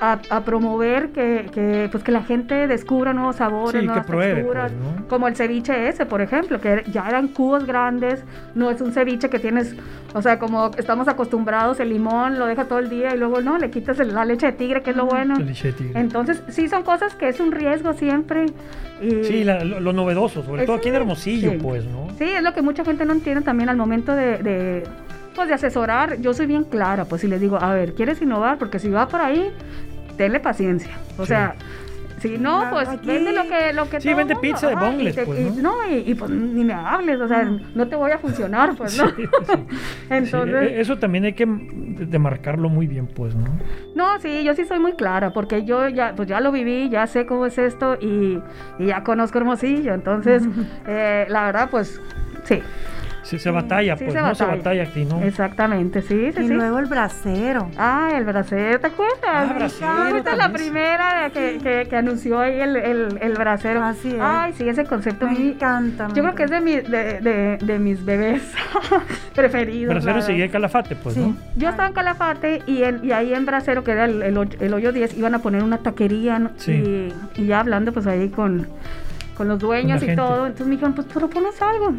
Speaker 4: a- a promover que, que, pues que la gente descubra nuevos sabores,
Speaker 3: Sí, que
Speaker 4: nuevas
Speaker 3: pruebe,
Speaker 4: texturas,
Speaker 3: pues, ¿no?
Speaker 4: como el ceviche ese, por ejemplo, que er- ya eran cubos grandes, no es un ceviche que tienes, o sea, como estamos acostumbrados, el limón lo deja todo el día y luego no, le quitas el- la leche de tigre, que es lo bueno.
Speaker 3: El leche de tigre.
Speaker 4: Entonces, sí son cosas que es un riesgo siempre. y-
Speaker 3: Sí, la- lo, lo novedoso, sobre
Speaker 4: Eh,
Speaker 3: todo aquí en
Speaker 4: sí,
Speaker 3: Hermosillo,
Speaker 4: sí.
Speaker 3: pues, ¿no?
Speaker 4: Sí, es lo que mucha gente no entiende también al momento de, de, pues, de asesorar. Yo soy bien clara, pues si les digo, a ver, ¿quieres innovar? Porque si va por ahí, tenle paciencia. O
Speaker 3: Sí.
Speaker 4: sea, si no,
Speaker 2: Ah,
Speaker 4: pues
Speaker 2: aquí-
Speaker 4: vende lo que, lo que
Speaker 3: Sí,
Speaker 4: todo
Speaker 3: vende
Speaker 4: mundo,
Speaker 3: pizza de
Speaker 4: ajá,
Speaker 3: boneless,
Speaker 4: y te-
Speaker 3: pues,
Speaker 4: y-
Speaker 3: ¿no?
Speaker 4: ¿no? Y, y, pues ni me hables, o sea, no te voy a funcionar, pues,
Speaker 3: [LAUGHS]
Speaker 4: ¿no?
Speaker 3: Sí,
Speaker 4: [LAUGHS] Entonces...
Speaker 3: e- eso también hay que mm, demarcarlo muy bien, pues, ¿no?
Speaker 4: No, sí, yo sí soy muy clara, porque yo ya, pues ya lo viví, ya sé cómo es esto y, y ya conozco
Speaker 3: [LAUGHS]
Speaker 4: Hermosillo. Entonces, eh, la verdad, pues sí.
Speaker 3: Se, se batalla,
Speaker 4: sí
Speaker 3: pues,
Speaker 4: se
Speaker 3: no se
Speaker 4: batalla.
Speaker 3: batalla aquí, ¿no?
Speaker 4: Exactamente, sí, sí,
Speaker 2: Y
Speaker 4: sí.
Speaker 2: luego el bracero.
Speaker 4: Ah, el bracero, ¿te acuerdas?
Speaker 3: Ah, bracero
Speaker 4: ¿Te acuerdas la
Speaker 3: también, sí.
Speaker 4: primera que, que, que anunció ahí el, el, el bracero?
Speaker 2: Así es.
Speaker 4: Ay, sí, ese concepto a
Speaker 2: Me
Speaker 4: mí-
Speaker 2: encanta. me
Speaker 4: Yo creo que es
Speaker 2: encanta.
Speaker 4: de, mi- de, de, de mis bebés [LAUGHS] preferidos.
Speaker 3: Pero
Speaker 4: la
Speaker 3: se seguía
Speaker 4: verdad.
Speaker 3: el calafate, pues, ¿no?
Speaker 2: Sí.
Speaker 4: Yo estaba en Calafate y, en- y ahí en Bracero, que era el, el, hoy- el hoyo 10, iban a poner una taquería ¿no?
Speaker 3: Sí.
Speaker 4: y, y ya hablando pues ahí con, con los dueños
Speaker 3: Con
Speaker 4: y
Speaker 3: la gente.
Speaker 4: todo. Entonces me dijeron, pues proponos algo.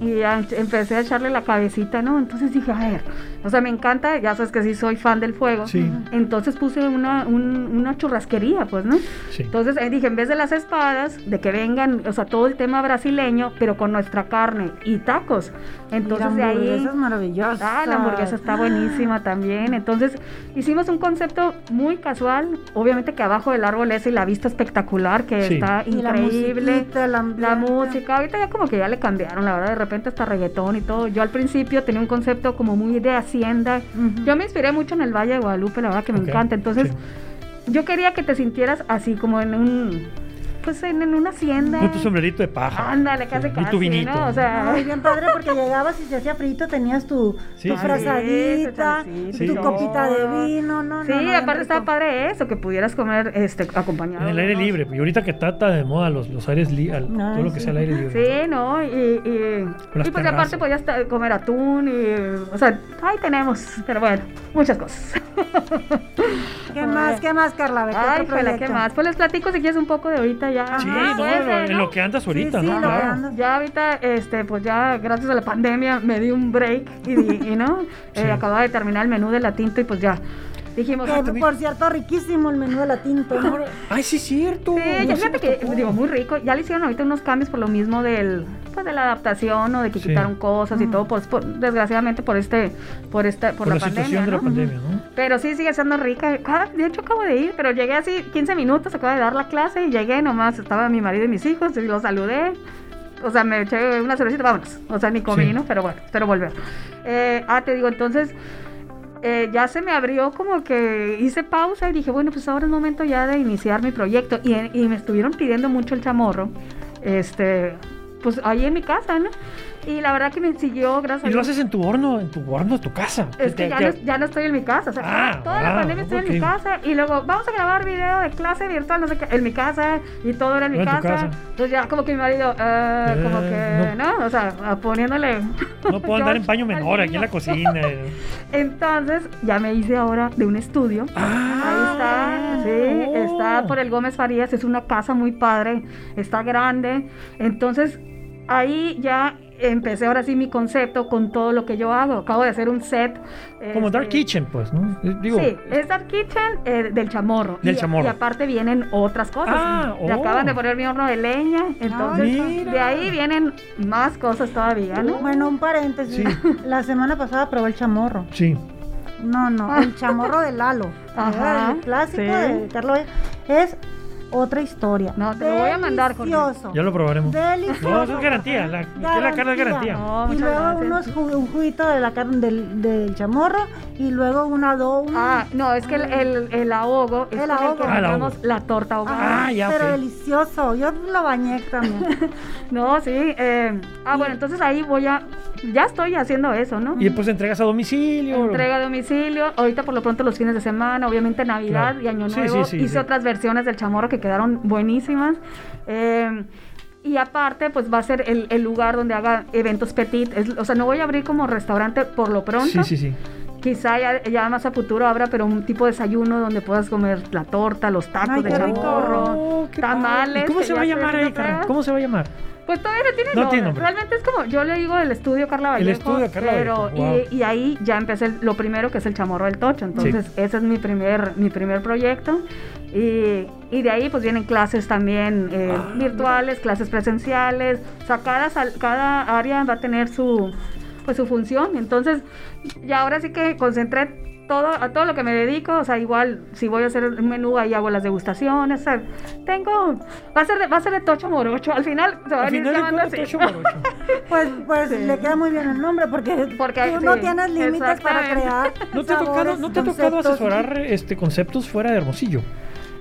Speaker 4: Y ya em- empecé a echarle la cabecita, ¿no? Entonces dije, a ver, o sea, me encanta, ya sabes que sí soy fan del fuego.
Speaker 3: Sí,
Speaker 4: Entonces puse una, un- una churrasquería, pues, ¿no?
Speaker 3: sí.
Speaker 4: Entonces eh, dije, en vez de las espadas, de que vengan, o sea, todo el tema brasileño, pero con nuestra carne y tacos. Entonces
Speaker 2: Y la
Speaker 4: de ahí...
Speaker 2: hamburguesa es maravillosa.
Speaker 4: Ah, la hamburguesa está buenísima también. Entonces, hicimos un concepto muy casual. Obviamente que abajo del árbol ese y la vista espectacular, que
Speaker 3: Sí.
Speaker 4: está
Speaker 2: Y la
Speaker 4: increíble.
Speaker 2: musiquita, el
Speaker 4: La
Speaker 2: ambiente.
Speaker 4: música, ahorita ya como que ya le cambiaron, la verdad, de repente hasta reggaetón y todo. Yo al principio tenía un concepto como muy de hacienda.
Speaker 2: Ujú.
Speaker 4: Yo me inspiré mucho en el Valle de Guadalupe, la verdad que me
Speaker 3: Ok,
Speaker 4: encanta. Entonces,
Speaker 3: sí.
Speaker 4: yo quería que te sintieras así como en un, pues en, en una hacienda.
Speaker 3: Con tu sombrerito de paja.
Speaker 4: Ándale, casi
Speaker 3: Sí,
Speaker 4: casi,
Speaker 3: Y tu vinito.
Speaker 4: ¿no? O sea,
Speaker 2: Ay, bien padre porque llegabas y se hacía frito, tenías tu,
Speaker 3: Sí,
Speaker 2: tu
Speaker 3: sí, sí.
Speaker 2: frazadita,
Speaker 4: Sí,
Speaker 3: sí,
Speaker 2: tu
Speaker 3: sí.
Speaker 2: copita
Speaker 4: Todo.
Speaker 2: de vino, no, no.
Speaker 4: Sí,
Speaker 2: no, bien
Speaker 4: aparte estaba
Speaker 2: rico.
Speaker 4: padre eso, que pudieras comer este, acompañado.
Speaker 3: en el
Speaker 4: de
Speaker 3: aire
Speaker 4: unos-
Speaker 3: libre. Y ahorita que trata de moda los, los aires li- al-
Speaker 2: Ay,
Speaker 3: todo lo
Speaker 2: sí.
Speaker 3: que sea el aire libre.
Speaker 4: Sí, ¿no? Y, y,
Speaker 3: Las
Speaker 4: y pues
Speaker 3: terrazas.
Speaker 4: aparte podías ta- comer atún y... O sea, ahí tenemos, pero bueno, muchas cosas. [LAUGHS]
Speaker 2: ¿Qué más, qué más, Carla? A ver, ¿qué
Speaker 4: Ay,
Speaker 2: otro
Speaker 4: Fela, ¿qué
Speaker 2: proyecto?
Speaker 4: más? Pues les platico si quieres un poco de ahorita ya.
Speaker 3: Sí,
Speaker 4: ya
Speaker 3: no,
Speaker 4: es ese,
Speaker 3: en
Speaker 4: ¿no? Ah,
Speaker 3: lo que andas ahorita,
Speaker 2: Sí,
Speaker 3: ¿no?
Speaker 2: lo
Speaker 3: Claro.
Speaker 2: que andas.
Speaker 4: Ya ahorita, este, pues ya gracias a la pandemia me di un break y, di-
Speaker 3: [LAUGHS]
Speaker 4: y no,
Speaker 3: Sí.
Speaker 4: Eh, acababa de terminar el menú de la tinta y pues ya dijimos, pues,
Speaker 2: Que,
Speaker 3: también.
Speaker 2: por cierto, riquísimo el menú de la tinta. ¿no?
Speaker 3: Ay, sí, es cierto.
Speaker 4: Sí,
Speaker 3: No se
Speaker 4: ya fíjate
Speaker 3: nos
Speaker 4: que,
Speaker 3: tocó.
Speaker 4: digo, muy rico. Ya le hicieron ahorita unos cambios por lo mismo del, pues de la adaptación o de que
Speaker 3: Sí.
Speaker 4: quitaron cosas y todo, por, por- desgraciadamente por este, por esta, por,
Speaker 3: Por la,
Speaker 4: la, pandemia,
Speaker 3: situación de la
Speaker 4: ¿no?
Speaker 3: pandemia, ¿no?
Speaker 4: Pero sí, sigue siendo rica. Ah, De hecho, acabo de ir, pero llegué así 15 minutos, acabo de dar la clase y llegué nomás, estaba mi marido y mis hijos, y los saludé. O sea, me eché una cervecita, vámonos. O sea, ni comí,
Speaker 3: Sí.
Speaker 4: ¿no? Pero bueno, espero volver. Eh, ah, te digo, entonces, eh, ya se me abrió como que hice pausa y dije, bueno, pues ahora es momento ya de iniciar mi proyecto. Y, en- y me estuvieron pidiendo mucho el chamorro, este, pues ahí en mi casa, ¿no? Y la verdad que me siguió, gracias a
Speaker 3: Y lo
Speaker 4: Dios.
Speaker 3: haces en tu horno, en tu horno de tu casa.
Speaker 4: Es que
Speaker 3: Te-
Speaker 4: ya,
Speaker 3: te-
Speaker 4: no, ya no estoy en mi casa. O sea,
Speaker 3: Ah,
Speaker 4: toda la
Speaker 3: wow,
Speaker 4: pandemia estoy en mi
Speaker 3: ok.
Speaker 4: casa. Y luego, vamos a grabar video de clase virtual, no sé qué, en mi casa. Y todo era en mi
Speaker 3: No Ah, en tu
Speaker 4: casa.
Speaker 3: casa.
Speaker 4: Entonces ya como que mi marido, eh,
Speaker 3: Eh,
Speaker 4: como que, no. O sea, a- poniéndole...
Speaker 3: No puedo
Speaker 4: [LAUGHS]
Speaker 3: andar en paño
Speaker 4: George al
Speaker 3: menor aquí en la
Speaker 4: niño.
Speaker 3: cocina. [LAUGHS] eh.
Speaker 4: Entonces, ya me hice ahora de un estudio.
Speaker 3: Ah,
Speaker 4: Ahí está, sí,
Speaker 3: oh.
Speaker 4: está por el Gómez Farías, es una casa muy padre, está grande. Entonces, ahí ya empecé ahora sí mi concepto con todo lo que yo hago. Acabo de hacer un set.
Speaker 3: Como
Speaker 4: este,
Speaker 3: Dark Kitchen, pues, ¿no? Eh, Digo,
Speaker 4: sí, es Dark Kitchen eh, del chamorro.
Speaker 3: Del
Speaker 4: y,
Speaker 3: chamorro.
Speaker 4: Y aparte vienen otras cosas.
Speaker 3: Ah,
Speaker 4: Le
Speaker 3: oh. Ah,
Speaker 4: acaban de poner mi horno de leña. Entonces,
Speaker 3: mira.
Speaker 4: de ahí vienen más cosas todavía, ¿no?
Speaker 2: Oh, Bueno, un paréntesis.
Speaker 3: Sí.
Speaker 2: La semana pasada probé el chamorro.
Speaker 3: sí.
Speaker 2: No, no, el chamorro de Lalo.
Speaker 4: Ah. Ajá,
Speaker 2: el clásico
Speaker 4: sí.
Speaker 2: de Carlos. Es otra historia.
Speaker 4: No, te lo voy a mandar, Jorge.
Speaker 2: Delicioso.
Speaker 3: Ya lo probaremos.
Speaker 2: Delicioso.
Speaker 3: No, eso es garantía, la- aquí la carne es garantía.
Speaker 4: No,
Speaker 2: y
Speaker 4: muchas
Speaker 2: luego
Speaker 4: gracias.
Speaker 2: unos ju- un juguito de la carne del, del chamorro y luego un adobo.
Speaker 4: Ah, no, es que el, el, el ahogo es
Speaker 2: El
Speaker 4: con el
Speaker 2: ahogo.
Speaker 4: que
Speaker 3: Ah, el ahogo.
Speaker 4: mandamos la torta ahogada.
Speaker 2: Ajá,
Speaker 3: Ah, ya,
Speaker 2: pero
Speaker 3: ok.
Speaker 2: delicioso. Yo lo bañé
Speaker 3: [LAUGHS]
Speaker 2: también.
Speaker 4: No, sí. eh, ah, bueno, entonces ahí voy a. Ya estoy haciendo eso, ¿no?
Speaker 3: Y después entregas a domicilio.
Speaker 4: Entrega a domicilio, ahorita por lo pronto los fines de semana, obviamente Navidad
Speaker 3: Claro.
Speaker 4: y Año
Speaker 3: Sí,
Speaker 4: Nuevo.
Speaker 3: sí, sí,
Speaker 4: Hice
Speaker 3: sí.
Speaker 4: otras versiones del chamorro que quedaron buenísimas. Eh, y aparte, pues va a ser el, el lugar donde haga eventos petit. Es- o sea, no voy a abrir como restaurante por lo pronto.
Speaker 3: Sí, sí, sí.
Speaker 4: Quizá ya, ya más a futuro habrá, pero un tipo de desayuno donde puedas comer la torta, los tacos
Speaker 2: Ay,
Speaker 4: de
Speaker 2: qué rico.
Speaker 4: chamorro,
Speaker 3: Oh, qué padre.
Speaker 4: tamales.
Speaker 3: ¿Y ¿Cómo
Speaker 4: que
Speaker 3: se
Speaker 4: ya
Speaker 3: va a
Speaker 4: estoy
Speaker 3: llamar ahí,
Speaker 4: haciendo
Speaker 3: Carla?
Speaker 4: pruebas.
Speaker 3: ¿Cómo se va a llamar?
Speaker 4: Pues todavía no tiene
Speaker 3: No
Speaker 4: nombre.
Speaker 3: tiene nombre.
Speaker 4: Realmente es como, yo le digo el estudio Carla
Speaker 3: El
Speaker 4: Vallejo.
Speaker 3: estudio Carla
Speaker 4: pero,
Speaker 3: Vallejo, wow.
Speaker 4: y, y ahí ya empecé el- lo primero que es el chamorro del tocho. Entonces, ese es mi primer, mi primer proyecto. Y, y de ahí pues vienen clases también eh,
Speaker 3: Ah,
Speaker 4: virtuales, clases presenciales. O sea, cada, sal- cada área va a tener su, pues, su función. Entonces, ya ahora sí que concentré todo, a todo lo que me dedico, o sea, igual si voy a hacer un menú, ahí hago las degustaciones, o sea, tengo, va a ser de, va a ser de tocho morocho, al final se va a
Speaker 3: Al final
Speaker 4: venir
Speaker 3: de
Speaker 4: llamando
Speaker 3: cuentas,
Speaker 4: así.
Speaker 3: Tocho Morocho.
Speaker 2: [LAUGHS] Pues, pues
Speaker 4: Sí.
Speaker 2: le queda muy bien el nombre porque,
Speaker 4: Porque-
Speaker 2: tú no
Speaker 4: sí,
Speaker 2: tienes límites para
Speaker 4: exactamente.
Speaker 2: crear.
Speaker 3: ¿No te ha tocado,
Speaker 2: sabores,
Speaker 3: ¿no te ha tocado
Speaker 2: conceptos.
Speaker 3: asesorar este, conceptos fuera de Hermosillo?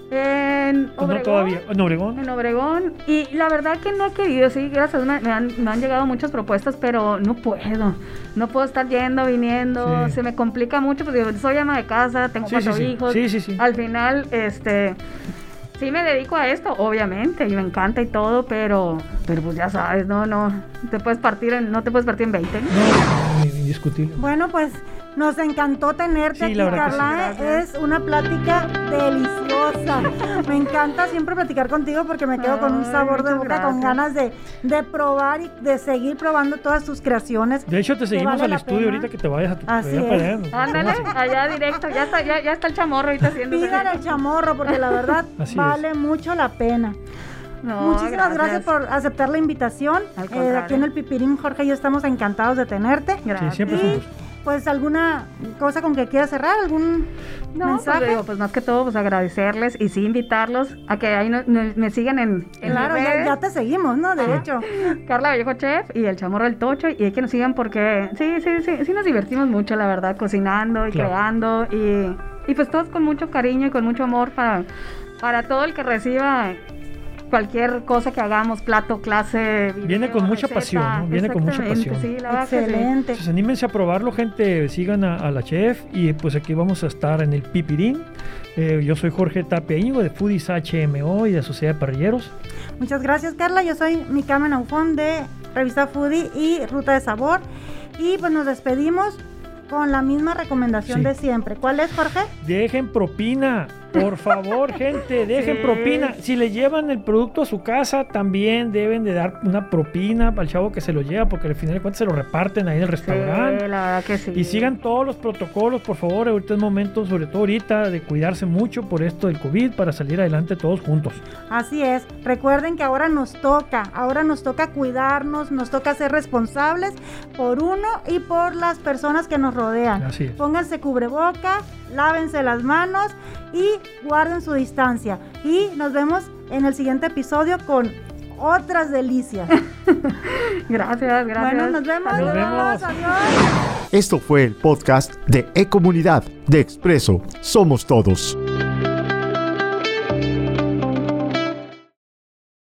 Speaker 4: En
Speaker 3: ¿O
Speaker 4: Obregón,
Speaker 3: Pues no todavía? ¿En Obregón?
Speaker 4: En Obregón, y la verdad que no he querido, sí, gracias, me, me han, me han llegado muchas propuestas, pero no puedo, no puedo estar yendo, viniendo,
Speaker 3: Sí.
Speaker 4: se me complica mucho, porque yo soy ama de casa, tengo
Speaker 3: Sí,
Speaker 4: cuatro
Speaker 3: sí, sí.
Speaker 4: hijos,
Speaker 3: Sí, sí, sí.
Speaker 4: al final, este, sí me dedico a esto, obviamente, y me encanta y todo, pero, pero pues ya sabes, no, no, te puedes partir en, no te puedes partir en 20, ¿no?
Speaker 3: No, indiscutible.
Speaker 2: Bueno, pues nos encantó tenerte
Speaker 3: Sí,
Speaker 2: aquí,
Speaker 3: la verdad que sí.
Speaker 2: Carla.
Speaker 4: Gracias.
Speaker 2: Es una plática
Speaker 4: [LAUGHS]
Speaker 2: deliciosa. me encanta siempre platicar contigo porque me quedo con un
Speaker 4: Ay,
Speaker 2: sabor de
Speaker 4: muchas
Speaker 2: boca, con ganas
Speaker 4: gracias.
Speaker 2: de, de probar y de seguir probando todas tus creaciones.
Speaker 3: De hecho, te seguimos
Speaker 2: vale
Speaker 3: al
Speaker 2: la
Speaker 3: estudio
Speaker 2: pena?
Speaker 3: ahorita que te vayas a tu
Speaker 2: Así
Speaker 3: allá
Speaker 2: es.
Speaker 3: para allá, nos [LAUGHS]
Speaker 4: Ándale,
Speaker 3: vamos a-
Speaker 4: allá directo, ya está, ya, ya está el chamorro ahorita haciendo.
Speaker 2: Pidan el chamorro porque la verdad
Speaker 3: [LAUGHS] Así es.
Speaker 2: vale mucho la pena. Muchísimas gracias. por aceptar la invitación.
Speaker 4: Al
Speaker 2: Eh,
Speaker 4: contrario.
Speaker 2: aquí en el Pipirín, Jorge y yo estamos encantados de tenerte.
Speaker 4: Gracias.
Speaker 3: siempre es un
Speaker 2: Y
Speaker 3: gusto.
Speaker 2: pues alguna cosa con que quieras cerrar, algún
Speaker 4: No,
Speaker 2: mensaje.
Speaker 4: Pues, digo, pues más que todo, pues agradecerles y sí invitarlos a que ahí no- no- me Ah. sigan en, en
Speaker 2: Claro,
Speaker 4: mis
Speaker 2: ya,
Speaker 4: redes,
Speaker 2: ya te seguimos, ¿no? De
Speaker 3: Sí.
Speaker 2: hecho.
Speaker 4: Carla Vallejo Chef y el Chamorro del Tocho, y hay que nos sigan porque sí, sí, sí, sí nos divertimos mucho, la verdad, cocinando y
Speaker 3: Claro.
Speaker 4: creando, y, y pues todos con mucho cariño y con mucho amor para, para todo el que reciba cualquier cosa que hagamos, plato, clase.
Speaker 3: Viene con mucha pasión, ¿no? Viene con mucha
Speaker 4: Exactamente,
Speaker 3: pasión.
Speaker 4: Sí, la verdad que sí.
Speaker 2: Excelente.
Speaker 3: Entonces, anímense a probarlo, gente. Sigan a, a la chef. Y pues aquí vamos a estar en el Pipirín. Eh, yo soy Jorge Tapia Íñigo de Foodies HMO y de Sociedad de Parrilleros.
Speaker 2: Muchas gracias, Carla. Yo soy Mikamen Aufón de Revista Foodie y Ruta de Sabor. Y pues nos despedimos con la misma recomendación
Speaker 3: Sí.
Speaker 2: de siempre. ¿Cuál es, Jorge?
Speaker 3: Dejen propina. Por
Speaker 4: [LAUGHS]
Speaker 3: favor, gente, dejen
Speaker 4: Sí.
Speaker 3: propina. Si le llevan el producto a su casa, también deben de dar una propina al chavo que se lo lleva, porque al final de cuentas se lo reparten ahí en el
Speaker 4: Sí,
Speaker 3: restaurante.
Speaker 4: la verdad que sí.
Speaker 3: Y sigan todos los protocolos, por favor. Ahorita es momento, sobre todo ahorita, de cuidarse mucho por esto del COVID para salir adelante todos juntos.
Speaker 2: Así es, recuerden que ahora nos toca, ahora nos toca cuidarnos, nos toca ser responsables por uno y por las personas que nos rodean.
Speaker 3: Así es.
Speaker 2: Pónganse cubreboca, lávense las manos y guarden su distancia. Y nos vemos en el siguiente episodio con otras delicias.
Speaker 4: Gracias, gracias.
Speaker 2: Bueno, nos vemos, nos
Speaker 4: Saludos.
Speaker 2: vemos,
Speaker 3: vemos.
Speaker 2: adiós.
Speaker 1: Esto fue el podcast de Ecomunidad de Expreso Somos Todos.